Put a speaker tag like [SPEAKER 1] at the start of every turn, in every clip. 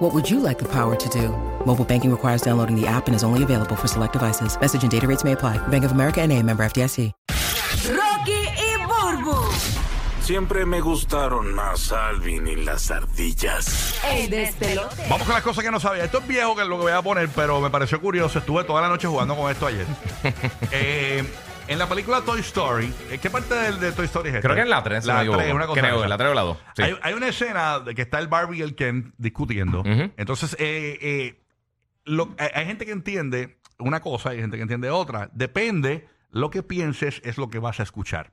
[SPEAKER 1] What would you like the power to do? Mobile banking requires downloading the app and is only available for select devices. Message and data rates may apply. Bank of America and a member FDIC.
[SPEAKER 2] Rocky y Burbu,
[SPEAKER 3] Siempre me gustaron más Alvin y las ardillas.
[SPEAKER 2] el despelote.
[SPEAKER 4] Vamos con las cosas que no sabía. Esto es viejo que es lo que voy a poner, pero me pareció curioso. Estuve toda la noche jugando con esto ayer. Eh, en la película Toy Story, ¿eh, ¿qué parte del de Toy Story es esta?
[SPEAKER 5] Creo que en la 3, si no me
[SPEAKER 4] La
[SPEAKER 5] equivoco.
[SPEAKER 4] 3, una cosa
[SPEAKER 5] Creo,
[SPEAKER 4] de esa.
[SPEAKER 5] la 3 o la 2, sí.
[SPEAKER 4] Hay, hay una escena de que está el Barbie y el Ken discutiendo. Entonces, eh, eh, lo- hay, hay gente que entiende una cosa y hay gente que entiende otra. Depende lo que pienses es lo que vas a escuchar.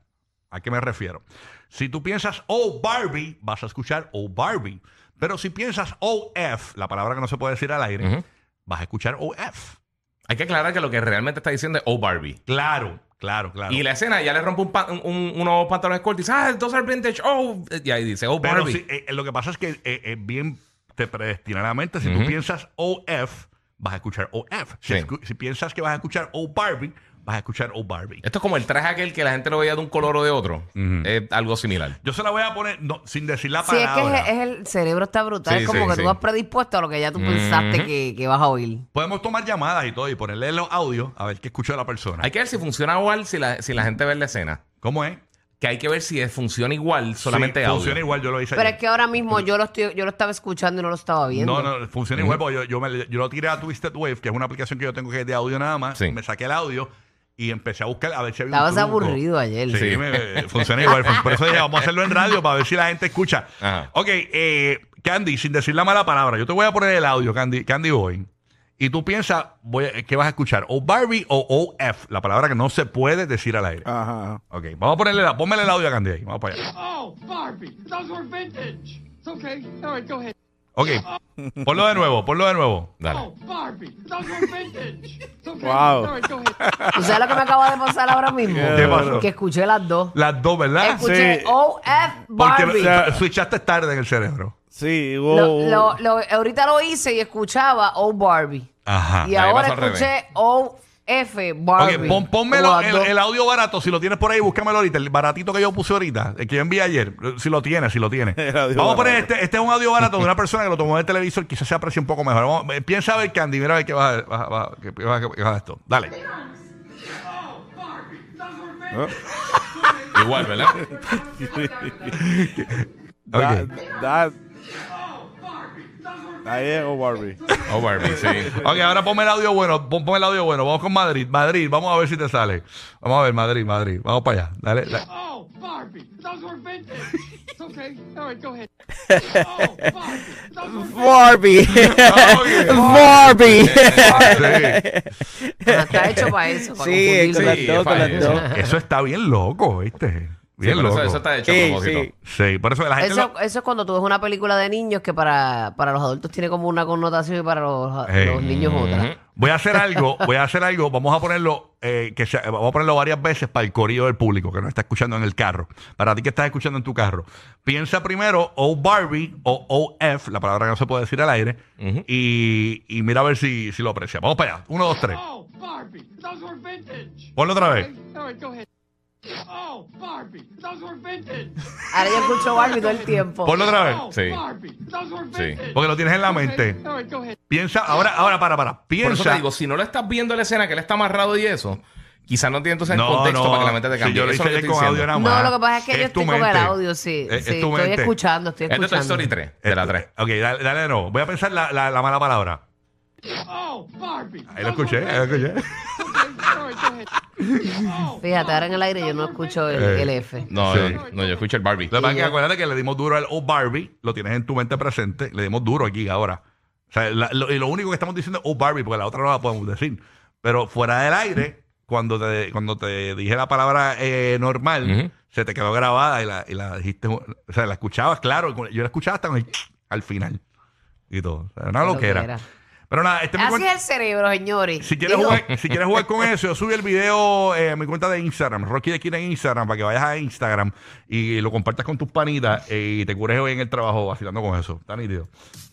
[SPEAKER 4] ¿A qué me refiero? Si tú piensas, oh Barbie, vas a escuchar, oh Barbie. Pero si piensas, oh F, la palabra que no se puede decir al aire, vas a escuchar, oh F.
[SPEAKER 5] Hay que aclarar que lo que realmente está diciendo es Oh Barbie.
[SPEAKER 4] Claro, claro, claro.
[SPEAKER 5] Y la escena ya le rompe un pa- un- un- unos pantalones cortos y dice, ah, those are vintage, oh. Y ahí dice, oh,
[SPEAKER 4] Pero
[SPEAKER 5] Barbie.
[SPEAKER 4] sí, eh, eh, lo que pasa es que es bien te predestinadamente. Si tú piensas OF, vas a escuchar OF. Si,
[SPEAKER 5] Sí.
[SPEAKER 4] escu- si piensas que vas a escuchar O Barbie, vas a escuchar O Barbie.
[SPEAKER 5] Esto es como el traje aquel que la gente lo veía de un color o de otro. Es algo similar.
[SPEAKER 4] Yo se la voy a poner no, sin decir la
[SPEAKER 6] Sí, es que
[SPEAKER 4] palabra.
[SPEAKER 6] es, es el cerebro está brutal.
[SPEAKER 5] Sí,
[SPEAKER 6] es como
[SPEAKER 5] sí,
[SPEAKER 6] que
[SPEAKER 5] sí.
[SPEAKER 6] tú vas predispuesto a lo que ya tú pensaste que, que vas a oír.
[SPEAKER 4] Podemos tomar llamadas y todo y ponerle los audios a ver qué escuchó la persona.
[SPEAKER 5] Hay que ver si funciona igual si la, si la gente ve la escena.
[SPEAKER 4] ¿Cómo es?
[SPEAKER 5] Que hay que ver si es- funciona igual solamente
[SPEAKER 4] Sí,
[SPEAKER 5] audio.
[SPEAKER 4] Funciona igual, yo lo hice
[SPEAKER 6] Pero
[SPEAKER 4] ayer.
[SPEAKER 6] es que ahora mismo yo lo estoy, yo lo estaba escuchando y no lo estaba viendo.
[SPEAKER 4] No, no, funciona igual porque yo, yo, me- yo lo tiré a Twisted Wave, que es una aplicación que yo tengo que es de audio nada más.
[SPEAKER 5] Sí.
[SPEAKER 4] Me saqué el audio y empecé a buscar a ver si había un
[SPEAKER 6] Estabas
[SPEAKER 4] truco.
[SPEAKER 6] aburrido ayer.
[SPEAKER 4] Sí,
[SPEAKER 5] Sí.
[SPEAKER 4] me- funciona igual. Fun- Por eso dije, vamos a hacerlo en radio para ver si la gente escucha.
[SPEAKER 5] Ajá.
[SPEAKER 4] Ok, eh, Candy, sin decir la mala palabra, yo te voy a poner el audio, Candy, Candy Boy. Y tú piensas, voy a- ¿qué vas a escuchar? O Barbie o OF, la palabra que no se puede decir al aire.
[SPEAKER 7] Ajá.
[SPEAKER 4] Ok, vamos a ponerle la, ponmele el audio a Candy ahí. Vamos para allá.
[SPEAKER 8] Oh, Barbie, those were vintage. It's okay. All right, go ahead.
[SPEAKER 4] Ok, ponlo de nuevo, ponlo de nuevo.
[SPEAKER 5] Dale.
[SPEAKER 8] Oh, Barbie, those were vintage. It's okay.
[SPEAKER 7] Wow.
[SPEAKER 8] All right, go ahead.
[SPEAKER 6] ¿Tú sabes lo que me acaba de pasar ahora mismo?
[SPEAKER 4] ¿Qué pasó?
[SPEAKER 6] Que escuché las dos.
[SPEAKER 4] Las dos, ¿verdad?
[SPEAKER 6] Escuché
[SPEAKER 7] Sí.
[SPEAKER 6] OF
[SPEAKER 4] Porque
[SPEAKER 6] Barbie.
[SPEAKER 4] lo- ta- switchaste tarde en el cerebro.
[SPEAKER 7] Sí,
[SPEAKER 6] Lo-
[SPEAKER 4] oh.
[SPEAKER 7] hubo-
[SPEAKER 6] lo- lo- ahorita lo hice y escuchaba O Barbie.
[SPEAKER 4] Ajá.
[SPEAKER 6] y
[SPEAKER 5] ahí
[SPEAKER 6] ahora
[SPEAKER 5] pasó al revés.
[SPEAKER 6] escuché OF Barbie.
[SPEAKER 4] Ok, pon-
[SPEAKER 6] Como
[SPEAKER 4] pónmelo
[SPEAKER 6] las
[SPEAKER 4] el,
[SPEAKER 6] dos.
[SPEAKER 4] el audio barato, si lo tienes por ahí, búscamelo ahorita, el baratito que yo puse ahorita, el que yo envié ayer, si lo tienes, si lo tienes.
[SPEAKER 7] El
[SPEAKER 4] Vamos
[SPEAKER 7] audio
[SPEAKER 4] a poner
[SPEAKER 7] barato.
[SPEAKER 4] este, este es un audio barato de una persona que lo tomó del televisor, quizás se aprecie un poco mejor. Vamos, eh, piensa a ver, Candy, mira a ver qué va, va, va- qué- qué va- qué va esto. Dale.
[SPEAKER 8] Oh, Barbie, those were vintage.
[SPEAKER 5] Igual, ¿verdad?
[SPEAKER 7] Da-
[SPEAKER 4] Ok.
[SPEAKER 7] da-
[SPEAKER 8] Oh, Barbie, those were
[SPEAKER 7] da- eh, o Barbie.
[SPEAKER 5] Oh, Barbie, sí.
[SPEAKER 4] Ok, ahora ponme el audio bueno, pon, ponme el audio bueno, vamos con Madrid, Madrid, vamos a ver si te sale. Vamos a ver, Madrid, Madrid, vamos para allá, dale. dale.
[SPEAKER 8] Oh, Barbie, those were vintage. It's okay. All right, go ahead. Oh, Barbie, those were vintage.
[SPEAKER 7] Barbie.
[SPEAKER 4] Ah, ok.
[SPEAKER 7] Barbie.
[SPEAKER 6] Ah, Está hecho para eso. Para
[SPEAKER 7] Sí, con
[SPEAKER 6] confundirlo.
[SPEAKER 7] las dos, con las dos.
[SPEAKER 4] Eso está bien loco, ¿viste?
[SPEAKER 5] Sí,
[SPEAKER 4] Bien
[SPEAKER 5] pero
[SPEAKER 4] loco.
[SPEAKER 5] eso, eso está hecho a
[SPEAKER 7] Sí,
[SPEAKER 5] propósito.
[SPEAKER 7] sí.
[SPEAKER 4] Sí, por eso la gente... lo-
[SPEAKER 6] Eso, eso es cuando tú ves una película de niños que para, para los adultos tiene como una connotación y para los,
[SPEAKER 4] Hey.
[SPEAKER 6] los niños otra.
[SPEAKER 4] Voy a hacer algo, voy a hacer algo, vamos a ponerlo, eh, que sea- vamos a ponerlo varias veces para el corillo del público que nos está escuchando en el carro. Para ti que estás escuchando en tu carro. Piensa primero o Barbie o OF, la palabra que no se puede decir al aire, y, y mira a ver si, si lo aprecia. Vamos para allá. Uno, dos, tres.
[SPEAKER 8] Oh, Barbie, those were vintage.
[SPEAKER 4] Ponlo otra vez.
[SPEAKER 8] Okay. All right, go ahead. Oh, Barbie, those were vintage.
[SPEAKER 6] Ahora yo escucho Barbie todo el tiempo.
[SPEAKER 4] Ponlo otra vez.
[SPEAKER 8] Oh,
[SPEAKER 5] Sí.
[SPEAKER 8] Barbie, those were
[SPEAKER 5] Sí.
[SPEAKER 8] vintage.
[SPEAKER 4] Porque lo tienes en la
[SPEAKER 8] Okay.
[SPEAKER 4] mente.
[SPEAKER 8] All right, go ahead.
[SPEAKER 4] Piensa, ahora, ahora, para, para.
[SPEAKER 5] Por eso te
[SPEAKER 4] Piensa.
[SPEAKER 5] digo, si no lo estás viendo la escena que él está amarrado y eso, quizás no tiene entonces el
[SPEAKER 4] No,
[SPEAKER 5] contexto
[SPEAKER 4] no,
[SPEAKER 5] para que la mente te
[SPEAKER 4] si
[SPEAKER 5] cambie.
[SPEAKER 4] yo lo hice
[SPEAKER 5] Eso es
[SPEAKER 4] ayer
[SPEAKER 5] que
[SPEAKER 4] con
[SPEAKER 5] estoy
[SPEAKER 4] audio
[SPEAKER 5] diciendo.
[SPEAKER 4] nada
[SPEAKER 6] no,
[SPEAKER 4] más.
[SPEAKER 6] lo que pasa es que yo
[SPEAKER 4] tu
[SPEAKER 6] estoy con el
[SPEAKER 4] mente.
[SPEAKER 6] audio, sí.
[SPEAKER 4] Es- es
[SPEAKER 6] sí,
[SPEAKER 4] tu
[SPEAKER 6] estoy
[SPEAKER 4] mente.
[SPEAKER 6] escuchando, estoy
[SPEAKER 5] Es de Toy
[SPEAKER 6] escuchando.
[SPEAKER 5] Story 3, de la 3.
[SPEAKER 4] Este, Ok, dale, dale de nuevo. Voy a pensar la, la- la mala palabra.
[SPEAKER 8] Oh, Barbie.
[SPEAKER 4] Ahí lo escuché, ahí lo escuché.
[SPEAKER 6] Fíjate, ahora en el aire yo no escucho el,
[SPEAKER 4] Eh.
[SPEAKER 6] el F.
[SPEAKER 5] No,
[SPEAKER 4] Sí.
[SPEAKER 5] no, no, yo escucho el Barbie.
[SPEAKER 4] Lo que pasa es que acuérdate que le dimos duro al O Barbie, lo tienes en tu mente presente, le dimos duro aquí ahora. O sea, la- lo, y lo único que estamos diciendo es O Barbie, porque la otra no la podemos decir. Pero fuera del aire, cuando te, cuando te dije la palabra eh, normal,
[SPEAKER 5] Ujú.
[SPEAKER 4] se te quedó grabada y la, y la dijiste, o sea, la escuchabas, claro, con- yo la escuchaba hasta con el al final. Y todo. O sea, una
[SPEAKER 6] Lo que
[SPEAKER 4] loquera.
[SPEAKER 6] era.
[SPEAKER 4] Pero nada, este es mi
[SPEAKER 6] Así
[SPEAKER 4] cuenta-
[SPEAKER 6] es el cerebro, señores.
[SPEAKER 4] Si quieres,
[SPEAKER 6] Digo,
[SPEAKER 4] jugar, si quieres jugar con eso, yo subí el video eh, a mi cuenta de Instagram, Rocky de Kira en Instagram, para que vayas a Instagram y lo compartas con tus panitas eh, y te cures hoy en el trabajo vacilando con eso. Está nítido.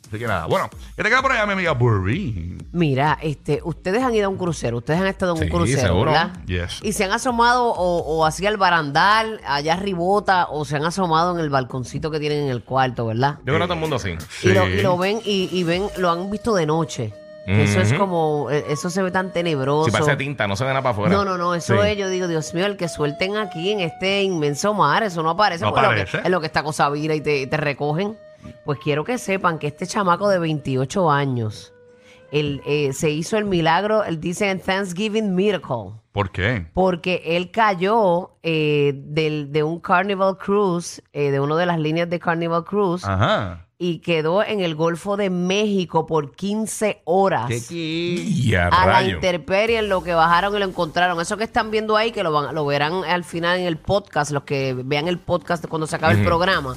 [SPEAKER 4] Así que nada. Bueno, ¿qué te queda por allá, mi amiga Burby?
[SPEAKER 6] Mira, este, ustedes han ido a un crucero, ustedes han estado en un
[SPEAKER 5] Sí,
[SPEAKER 6] crucero,
[SPEAKER 5] seguro.
[SPEAKER 6] ¿verdad?
[SPEAKER 4] Yes.
[SPEAKER 6] Y se han asomado o, o hacia el barandal, allá ribota, o se han asomado en el balconcito que tienen en el cuarto, ¿verdad?
[SPEAKER 5] Yo creo que todo el mundo así.
[SPEAKER 6] Y, lo,
[SPEAKER 4] Sí.
[SPEAKER 6] y lo ven y, y ven, lo han visto de noche. Eso es
[SPEAKER 5] Ujú.
[SPEAKER 6] como, eh, eso se ve tan tenebroso.
[SPEAKER 5] Si parece tinta, no se ve nada para afuera.
[SPEAKER 6] No, no, no, eso
[SPEAKER 5] Sí.
[SPEAKER 6] es, yo digo, Dios mío, el que suelten aquí en este inmenso mar, eso no aparece.
[SPEAKER 4] No
[SPEAKER 6] porque es lo
[SPEAKER 4] aparece.
[SPEAKER 6] que- es lo que está cosa vira y te, y te recogen. Pues quiero que sepan que este chamaco de 28 años, él, eh, se hizo el milagro, él dice en Thanksgiving Miracle,
[SPEAKER 4] ¿Por qué?
[SPEAKER 6] porque él cayó eh, del- de un Carnival Cruise, eh, de una de las líneas de Carnival Cruise,
[SPEAKER 4] Ajá.
[SPEAKER 6] y quedó en el Golfo de México por 15 horas
[SPEAKER 5] Y a
[SPEAKER 6] a la
[SPEAKER 5] rayo.
[SPEAKER 6] intemperie en lo que bajaron y lo encontraron. Eso que están viendo ahí, que lo, van, lo verán al final en el podcast, los que vean el podcast cuando se acabe el programa.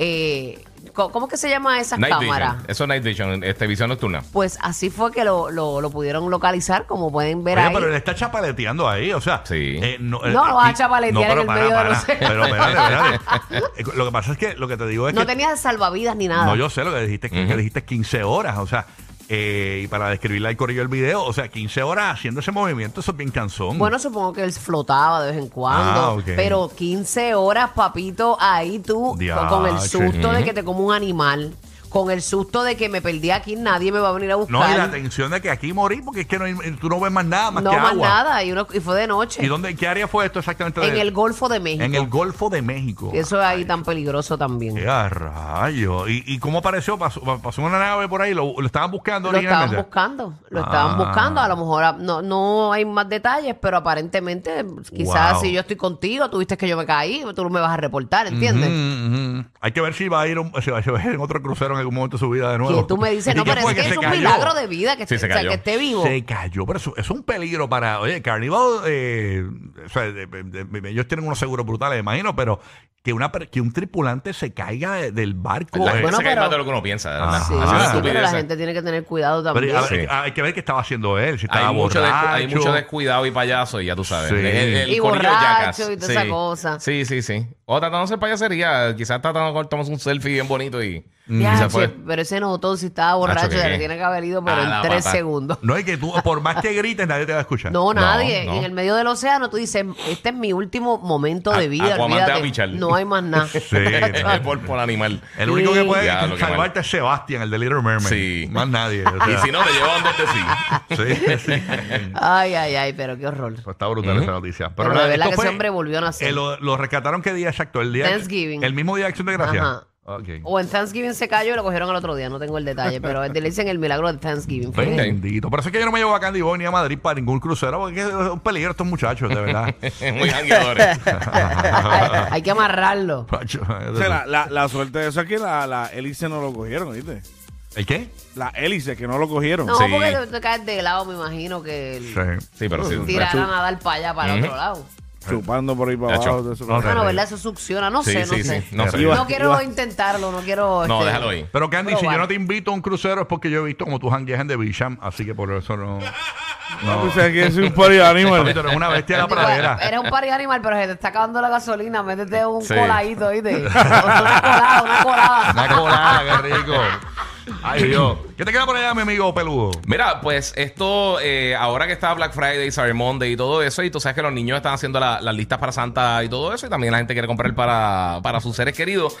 [SPEAKER 6] Eh, co- ¿Cómo es que se llama esa
[SPEAKER 5] Night
[SPEAKER 6] cámara?
[SPEAKER 5] Vision. Eso es Night Vision, este, visión nocturna.
[SPEAKER 6] Pues así fue que lo, lo- lo pudieron localizar, como pueden ver
[SPEAKER 4] Oye,
[SPEAKER 6] ahí.
[SPEAKER 4] pero le está chapaleteando ahí, o sea.
[SPEAKER 5] Sí.
[SPEAKER 4] eh, no,
[SPEAKER 6] No, lo vas a
[SPEAKER 4] y-
[SPEAKER 6] chapaletear en
[SPEAKER 4] pero
[SPEAKER 6] el medio de los-
[SPEAKER 4] Pero espérate, espérate. Eh, Lo que pasa es que lo que te digo es
[SPEAKER 6] no
[SPEAKER 4] que.
[SPEAKER 6] tenía salvavidas ni nada.
[SPEAKER 4] No, yo sé lo que dijiste, que, que dijiste 15 horas, o sea, eh, y para describirle al corrido el video, o sea, 15 horas haciendo ese movimiento, eso es bien cansón.
[SPEAKER 6] Bueno, supongo que él flotaba de vez en cuando,
[SPEAKER 4] Mm. Ah, ok.
[SPEAKER 6] pero 15 horas, papito, ahí tú,
[SPEAKER 4] Diache.
[SPEAKER 6] con el susto de que te como un animal, con el susto de que me perdí aquí, nadie me va a venir a buscar.
[SPEAKER 4] no, y la atención de que aquí morí, porque es que no, hay- tú no ves más nada más
[SPEAKER 6] no
[SPEAKER 4] que
[SPEAKER 6] más
[SPEAKER 4] agua.
[SPEAKER 6] nada y, uno, y fue de noche
[SPEAKER 4] ¿Y dónde, qué área fue esto exactamente?
[SPEAKER 6] en
[SPEAKER 4] de-
[SPEAKER 6] el Golfo de México
[SPEAKER 4] en el Golfo de México.
[SPEAKER 6] eso es ahí tan peligroso también
[SPEAKER 4] ¡Qué a rayo! ¿Y, y cómo apareció? Pasó, pasó una nave por ahí, lo, lo estaban buscando
[SPEAKER 6] lo estaban
[SPEAKER 4] originalmente.
[SPEAKER 6] buscando lo estaban
[SPEAKER 4] Ah.
[SPEAKER 6] buscando a lo mejor ah, no, no hay más detalles pero aparentemente quizás
[SPEAKER 4] Wow.
[SPEAKER 6] si yo estoy contigo tú viste que yo me caí tú no me vas a reportar ¿entiendes?
[SPEAKER 4] Mm, mm. Hay que ver si va a ir un- si va, si va a ir en otro crucero en algún momento de su vida de nuevo.
[SPEAKER 6] que tú me dices
[SPEAKER 4] ¿Y
[SPEAKER 6] no
[SPEAKER 4] qué
[SPEAKER 6] pero
[SPEAKER 4] fue
[SPEAKER 6] es que,
[SPEAKER 4] se
[SPEAKER 6] es un
[SPEAKER 4] cayó?
[SPEAKER 6] milagro de vida que,
[SPEAKER 5] Sí,
[SPEAKER 6] esté-
[SPEAKER 5] se
[SPEAKER 6] o sea,
[SPEAKER 5] cayó.
[SPEAKER 6] que esté vivo
[SPEAKER 4] Se cayó, pero eso es un peligro para. Oye, Carnival, eh, o sea, de- de- de- ellos tienen unos seguros brutales, me imagino, pero que, una, per- que un tripulante se caiga de- del barco.
[SPEAKER 5] La
[SPEAKER 4] eh,
[SPEAKER 5] gente
[SPEAKER 6] Bueno,
[SPEAKER 5] se cae
[SPEAKER 6] pero-
[SPEAKER 5] más de lo que uno piensa. de ¿verdad?
[SPEAKER 6] Sí,
[SPEAKER 5] Haciendo
[SPEAKER 6] sí, pero la
[SPEAKER 5] estupideces.
[SPEAKER 6] gente tiene que tener cuidado
[SPEAKER 4] pero,
[SPEAKER 6] también
[SPEAKER 4] a ver,
[SPEAKER 5] Sí.
[SPEAKER 4] hay, que ver qué estaba haciendo él, si estaba
[SPEAKER 5] hay, mucho descu-
[SPEAKER 4] borracho.
[SPEAKER 5] hay mucho descuidado y payaso, y ya tú sabes.
[SPEAKER 4] Sí.
[SPEAKER 5] El, el- el
[SPEAKER 6] Y
[SPEAKER 5] corillo
[SPEAKER 6] borracho
[SPEAKER 5] yacas.
[SPEAKER 6] y toda esa cosa.
[SPEAKER 5] Sí, sí, sí. O tratándose de payasería, quizás tratando de tomarse un selfie bien bonito y, y
[SPEAKER 6] Ya,
[SPEAKER 5] se fue.
[SPEAKER 6] che, pero ese notón si estaba borracho
[SPEAKER 5] Nacho, ¿qué?
[SPEAKER 6] se le tiene que haber ido pero
[SPEAKER 5] A
[SPEAKER 6] en
[SPEAKER 5] la
[SPEAKER 6] tres
[SPEAKER 5] pata.
[SPEAKER 6] segundos
[SPEAKER 4] No es que tú, por más que grites, nadie te va a escuchar.
[SPEAKER 6] No,
[SPEAKER 5] No,
[SPEAKER 6] nadie.
[SPEAKER 5] no.
[SPEAKER 6] Y en el medio del océano tú dices, este es mi último momento
[SPEAKER 5] A-
[SPEAKER 6] de vida.
[SPEAKER 5] Aquaman te va a
[SPEAKER 6] olvídate.
[SPEAKER 5] pichar.
[SPEAKER 6] No hay más nada.
[SPEAKER 4] Sí, no.
[SPEAKER 5] por, por animal.
[SPEAKER 4] El único que puede
[SPEAKER 5] Ya, lo que mal.
[SPEAKER 4] salvarte es Sebastián, el de Little Mermaid.
[SPEAKER 5] Sí.
[SPEAKER 4] Más nadie. o sea,
[SPEAKER 5] Y si no, te llevan donde te
[SPEAKER 4] sí,
[SPEAKER 5] sigue.
[SPEAKER 4] sí.
[SPEAKER 6] Ay, ay, ay, pero qué horror.
[SPEAKER 4] Pues está brutal esa noticia.
[SPEAKER 6] Pero de
[SPEAKER 4] nada,
[SPEAKER 6] verdad
[SPEAKER 4] esto
[SPEAKER 6] que
[SPEAKER 4] fue-
[SPEAKER 6] ese hombre volvió a nacer.
[SPEAKER 4] eh, lo, lo rescataron qué día exacto, el día.
[SPEAKER 6] Thanksgiving.
[SPEAKER 4] El mismo día de Acción de Gracias.
[SPEAKER 6] Ajá.
[SPEAKER 4] Ok.
[SPEAKER 6] O en Thanksgiving se cayó y lo cogieron al otro día. No tengo el detalle, pero le dicen el milagro de Thanksgiving. Fue-
[SPEAKER 4] Bendito. Por eso es que yo no me llevo a Candy Boy ni a Madrid para ningún crucero, porque es un peligro estos muchachos, de verdad.
[SPEAKER 5] Muy jangueadores.
[SPEAKER 6] hay que amarrarlo.
[SPEAKER 4] Muchacho,
[SPEAKER 7] O sea, la, la- la suerte de eso es que la, la hélice no lo cogieron, ¿viste?
[SPEAKER 4] ¿El qué?
[SPEAKER 7] La hélice que no lo cogieron.
[SPEAKER 6] No,
[SPEAKER 5] Sí.
[SPEAKER 6] porque te, te caes de lado, me imagino que el-
[SPEAKER 4] Sí.
[SPEAKER 5] Sí, pero sí.
[SPEAKER 6] tiraran a dar para allá, para el
[SPEAKER 5] Ujú.
[SPEAKER 6] otro lado.
[SPEAKER 7] Chupando por ahí para
[SPEAKER 5] Nacho,
[SPEAKER 7] abajo. de eso.
[SPEAKER 4] no te-
[SPEAKER 6] Ah, no, ¿verdad? Eso succiona. No
[SPEAKER 5] Sí,
[SPEAKER 6] sé, no
[SPEAKER 5] sí,
[SPEAKER 6] sé.
[SPEAKER 5] sí. No, sé.
[SPEAKER 7] Iba-
[SPEAKER 6] No quiero
[SPEAKER 7] iba-
[SPEAKER 6] intentarlo, no quiero...
[SPEAKER 5] No,
[SPEAKER 6] este,
[SPEAKER 5] déjalo ahí.
[SPEAKER 4] Pero Candy, si
[SPEAKER 6] Probar.
[SPEAKER 4] yo no te invito a un crucero es porque yo he visto como tú jangueas en The Bisham, así que por eso no. pues, No.
[SPEAKER 7] O sea, que es un
[SPEAKER 4] Papi,
[SPEAKER 7] party
[SPEAKER 4] tú
[SPEAKER 7] animal.
[SPEAKER 4] eres una bestia de la
[SPEAKER 6] Digo,
[SPEAKER 4] pradera.
[SPEAKER 6] este, Eres un pari animal, pero se te está acabando la gasolina. Métete un
[SPEAKER 5] Sí.
[SPEAKER 6] coladito, ¿viste? una colada, una colada.
[SPEAKER 4] Una colada, qué rico. Ay, Dios. ¿Qué te queda por allá, mi amigo peludo?
[SPEAKER 5] Mira, pues esto, eh, ahora que está Black Friday, Cyber Monday y todo eso, y tú sabes que los niños están haciendo la- las listas para Santa y todo eso, y también la gente quiere comprar para, para sus seres queridos.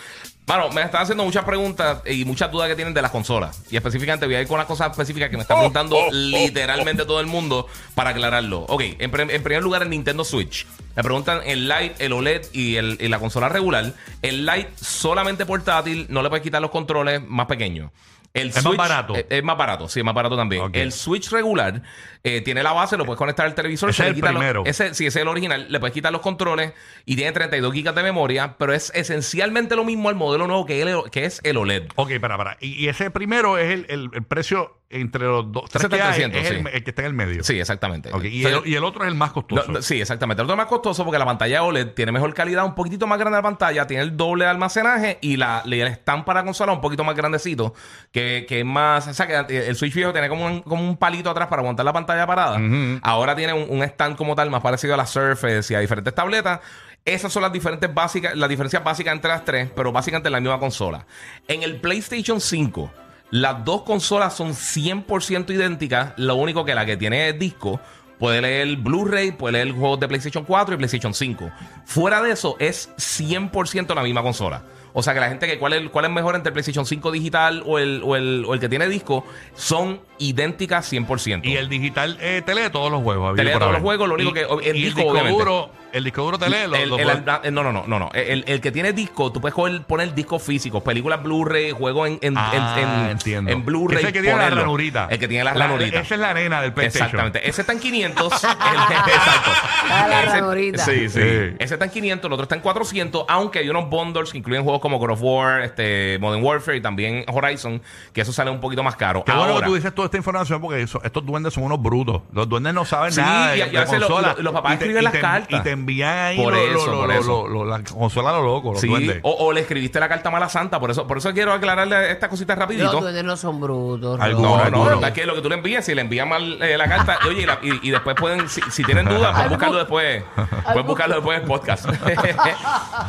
[SPEAKER 5] Bueno, me están haciendo muchas preguntas y muchas dudas que tienen de las consolas. Y específicamente voy a ir con las cosas específicas que me está
[SPEAKER 4] Oh,
[SPEAKER 5] preguntando literalmente todo el mundo para aclararlo. Ok, en, pre- en primer lugar el Nintendo Switch. Me preguntan el Lite, el OLED y, el, y la consola regular. El Lite solamente portátil, no le puedes quitar los controles más pequeños. El
[SPEAKER 4] Es más barato.
[SPEAKER 5] eh, es más barato, sí, es más barato también.
[SPEAKER 4] Ok.
[SPEAKER 5] El Switch regular eh, tiene la base, lo puedes conectar al televisor.
[SPEAKER 4] Ese
[SPEAKER 5] se
[SPEAKER 4] es
[SPEAKER 5] le
[SPEAKER 4] el
[SPEAKER 5] quita los-
[SPEAKER 4] primero.
[SPEAKER 5] ese, sí, ese es el original. Le puedes quitar los controles y tiene 32 gigas de memoria, pero es esencialmente lo mismo al modelo nuevo que, el- E que es el OLED.
[SPEAKER 4] Ok, para, para. Y, y ese primero es el, el- el precio entre los dos, tres que
[SPEAKER 5] 700,
[SPEAKER 4] hay, es el,
[SPEAKER 5] sí.
[SPEAKER 4] me- el que está en el medio.
[SPEAKER 5] Sí, exactamente.
[SPEAKER 4] Ok, y,
[SPEAKER 5] O sea,
[SPEAKER 4] el, y el otro es el más
[SPEAKER 5] No,
[SPEAKER 4] costoso.
[SPEAKER 5] no, sí, exactamente. El otro más costoso porque la pantalla OLED tiene mejor calidad, un poquitito más grande la pantalla, tiene el doble de almacenaje y la, y el stand para consola un poquito más grandecito, que, que es más... O sea, que el Switch viejo tiene como un, como un palito atrás para aguantar la pantalla parada. Ahora tiene un, un stand como tal más parecido a la Surface y a diferentes tabletas. Esas son las diferentes básicas, las diferencias básicas entre las tres, pero básicamente en la misma consola. En el PlayStation 5, las dos consolas son 100% idénticas, lo único que la que tiene es disco, Puede leer Blu-ray, puede leer juegos de PlayStation 4 y PlayStation 5. Fuera de eso, es 100% la misma consola. O sea que la gente que cuál es, cuál es mejor entre el PlayStation 5 digital o el, o el, o el que tiene disco son idénticas 100%.
[SPEAKER 4] Y el digital eh, te lee todos los juegos.
[SPEAKER 5] Te lee
[SPEAKER 4] habido por
[SPEAKER 5] todos
[SPEAKER 4] haber.
[SPEAKER 5] los juegos, lo único
[SPEAKER 4] Y-
[SPEAKER 5] que- el
[SPEAKER 4] y el
[SPEAKER 5] disco,
[SPEAKER 4] disco
[SPEAKER 5] obviamente.
[SPEAKER 4] duro, el disco duro te lee los,
[SPEAKER 5] El-
[SPEAKER 4] los
[SPEAKER 5] el-
[SPEAKER 4] juegos.
[SPEAKER 5] el- no, no, no, no, no. El, el que tiene disco, tú puedes coger- poner discos físicos, películas Blu-ray, juegos en, en,
[SPEAKER 4] Ah,
[SPEAKER 5] en- en-
[SPEAKER 4] entiendo.
[SPEAKER 5] en Blu-ray.
[SPEAKER 4] Ese es el que tiene la
[SPEAKER 5] ponerlo.
[SPEAKER 4] ranurita.
[SPEAKER 5] El que tiene la
[SPEAKER 4] La-
[SPEAKER 5] ranurita.
[SPEAKER 4] Esa es la arena del PlayStation.
[SPEAKER 5] Exactamente. Ese está en 500. El- exacto.
[SPEAKER 6] Ah, la
[SPEAKER 5] Ese-
[SPEAKER 6] ranurita.
[SPEAKER 5] sí, sí.
[SPEAKER 4] Sí.
[SPEAKER 5] Ese está en 500, el otro está en 400, aunque hay unos bundles que incluyen juegos como God of War, este, Modern Warfare y también Horizon, que eso sale un poquito más caro.
[SPEAKER 4] Qué bueno
[SPEAKER 5] Ahora-
[SPEAKER 4] que tú dices toda esta información porque eso- estos duendes son unos brutos. Los duendes no saben
[SPEAKER 5] Sí,
[SPEAKER 4] nada.
[SPEAKER 5] y-
[SPEAKER 4] de,
[SPEAKER 5] y
[SPEAKER 4] de
[SPEAKER 5] a veces lo-
[SPEAKER 4] consola.
[SPEAKER 5] lo- los papás
[SPEAKER 4] Y te-
[SPEAKER 5] escriben
[SPEAKER 4] y
[SPEAKER 5] las
[SPEAKER 4] te-
[SPEAKER 5] cartas.
[SPEAKER 4] Y te envían ahí
[SPEAKER 5] Por
[SPEAKER 4] lo- lo-
[SPEAKER 5] eso,
[SPEAKER 4] lo-
[SPEAKER 5] por
[SPEAKER 4] lo-
[SPEAKER 5] eso.
[SPEAKER 4] lo- la consola a lo loco, los
[SPEAKER 5] Sí, Oh,
[SPEAKER 4] duendes.
[SPEAKER 5] o, o le escribiste la carta mala santa, por eso, por eso quiero aclararle estas cositas rapidito.
[SPEAKER 6] Los duendes no son brutos.
[SPEAKER 4] Algunos,
[SPEAKER 5] No,
[SPEAKER 4] Ahora,
[SPEAKER 5] no,
[SPEAKER 4] duro.
[SPEAKER 5] verdad que lo que tú le envías, si le envías mal eh, la carta, oye, y, la- y- y después pueden, si, si tienen dudas, pueden
[SPEAKER 6] Algo-
[SPEAKER 5] buscarlo después. Pueden
[SPEAKER 6] algo-
[SPEAKER 5] buscarlo después en el podcast.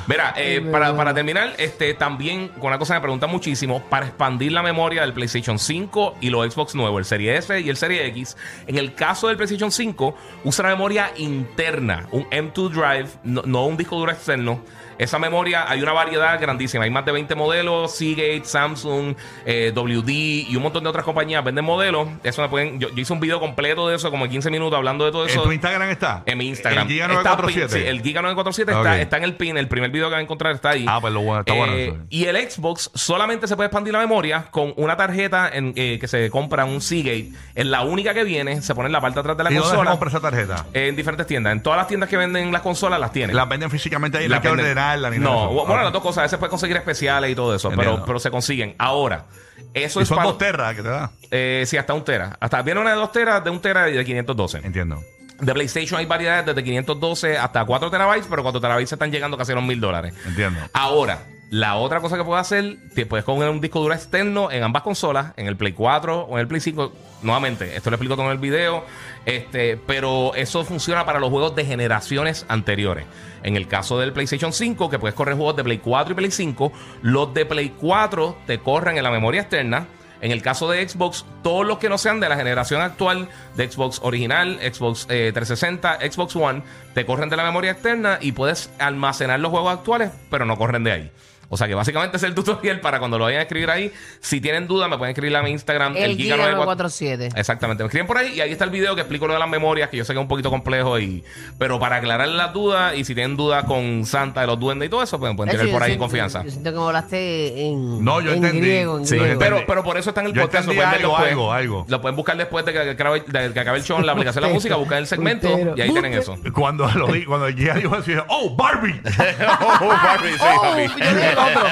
[SPEAKER 5] Mira, eh, para, para terminar, este también con una cosa que me preguntan muchísimo, para expandir la memoria del PlayStation 5 y los Xbox nuevos, el Series S y el Series X, en el caso del PlayStation 5, usa una memoria interna, un M2 Drive, no, no un disco duro externo. Esa memoria, hay una variedad grandísima. Hay más de 20 modelos. Seagate, Samsung, eh, WD y un montón de otras compañías venden modelos. Eso me pueden. Yo, yo hice un video completo de eso, como de 15 minutos, hablando de todo
[SPEAKER 4] ¿En
[SPEAKER 5] eso.
[SPEAKER 4] tu Instagram está?
[SPEAKER 5] En mi Instagram.
[SPEAKER 4] El Giga
[SPEAKER 5] Está pin-
[SPEAKER 4] 947.
[SPEAKER 5] sí, el Giga 947 está,
[SPEAKER 4] Ok.
[SPEAKER 5] está en el pin. El primer video que van a encontrar está ahí.
[SPEAKER 4] Ah, pues lo bueno, está bueno
[SPEAKER 5] Eh,
[SPEAKER 4] eso.
[SPEAKER 5] Y el Xbox solamente se puede expandir la memoria con una tarjeta en, eh, que se compra un Seagate. Es la única que viene. Se pone en la parte de atrás de la
[SPEAKER 4] ¿Y dónde se
[SPEAKER 5] consola.
[SPEAKER 4] compra esa tarjeta?
[SPEAKER 5] En diferentes tiendas. En todas las tiendas que venden las consolas las tienen.
[SPEAKER 4] ¿Las venden físicamente ahí?
[SPEAKER 5] La
[SPEAKER 4] ¿La hay que
[SPEAKER 5] venden-
[SPEAKER 4] ordenarla? ni
[SPEAKER 5] No,
[SPEAKER 4] nada de eso?
[SPEAKER 5] bueno,
[SPEAKER 4] Ah.
[SPEAKER 5] las dos cosas. A veces puedes conseguir especiales y todo eso, pero,
[SPEAKER 4] Entiendo.
[SPEAKER 5] pero se consiguen. Ahora, eso
[SPEAKER 4] Y
[SPEAKER 5] es
[SPEAKER 4] son
[SPEAKER 5] para.
[SPEAKER 4] dos terras que te da.
[SPEAKER 5] Eh, sí, hasta un tera. Hasta viene una de dos teras, de un tera y de 512.
[SPEAKER 4] Entiendo.
[SPEAKER 5] De PlayStation hay variedades desde 512 hasta 4 terabytes, pero 4 terabytes se están llegando casi a los mil dólares.
[SPEAKER 4] Entiendo.
[SPEAKER 5] Ahora, la otra cosa que puedes hacer, te puedes coger un disco duro externo en ambas consolas, en el Play 4 o en el Play 5. Nuevamente, esto lo explico todo en el video, este, pero eso funciona para los juegos de generaciones anteriores. En el caso del PlayStation 5, que puedes correr juegos de Play 4 y Play 5, los de Play 4 te corren en la memoria externa. En el caso de Xbox, todos los que no sean de la generación actual, de Xbox original, Xbox eh, 360, Xbox One, te corren de la memoria externa y puedes almacenar los juegos actuales, pero no corren de ahí. O sea que básicamente es el tutorial para cuando lo vayan a escribir ahí. Si tienen dudas, me pueden escribir a mi Instagram,
[SPEAKER 6] El Giga
[SPEAKER 5] 947.
[SPEAKER 6] 947.
[SPEAKER 5] Exactamente, me escriben por ahí y ahí está el video que explico lo de las memorias, que yo sé que es un poquito complejo, y pero para aclarar las dudas y si tienen dudas con Santa de los duendes y todo eso, pues me pueden
[SPEAKER 6] De hecho,
[SPEAKER 5] tirar
[SPEAKER 6] yo
[SPEAKER 5] por ahí en
[SPEAKER 6] siento-
[SPEAKER 5] confianza.
[SPEAKER 6] Yo siento que me hablaste en,
[SPEAKER 4] No, yo
[SPEAKER 6] en
[SPEAKER 4] entendí.
[SPEAKER 6] griego. En
[SPEAKER 4] Sí, yo
[SPEAKER 6] griego.
[SPEAKER 4] entendí.
[SPEAKER 5] Pero, pero por eso está en el
[SPEAKER 4] Yo
[SPEAKER 5] podcast. Lo
[SPEAKER 4] entendí
[SPEAKER 5] pueden, ver
[SPEAKER 4] algo,
[SPEAKER 5] después.
[SPEAKER 4] algo, algo.
[SPEAKER 5] lo pueden buscar después de que, que acabe, de que acabe el show en la aplicación de la música, buscar el segmento
[SPEAKER 6] Puntero.
[SPEAKER 5] y ahí tienen eso.
[SPEAKER 4] Cuando lo di, cuando el Giga dijo eso, yo dije, ¡Oh, Barbie!
[SPEAKER 7] Oh, Barbie, sí,
[SPEAKER 6] Oh,
[SPEAKER 7] papi.
[SPEAKER 6] yo dije el otro.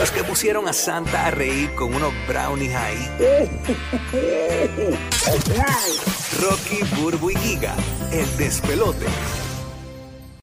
[SPEAKER 9] Los que pusieron a Santa a reír con unos brownies ahí. Rocky, Burbu y Giga, el despelote.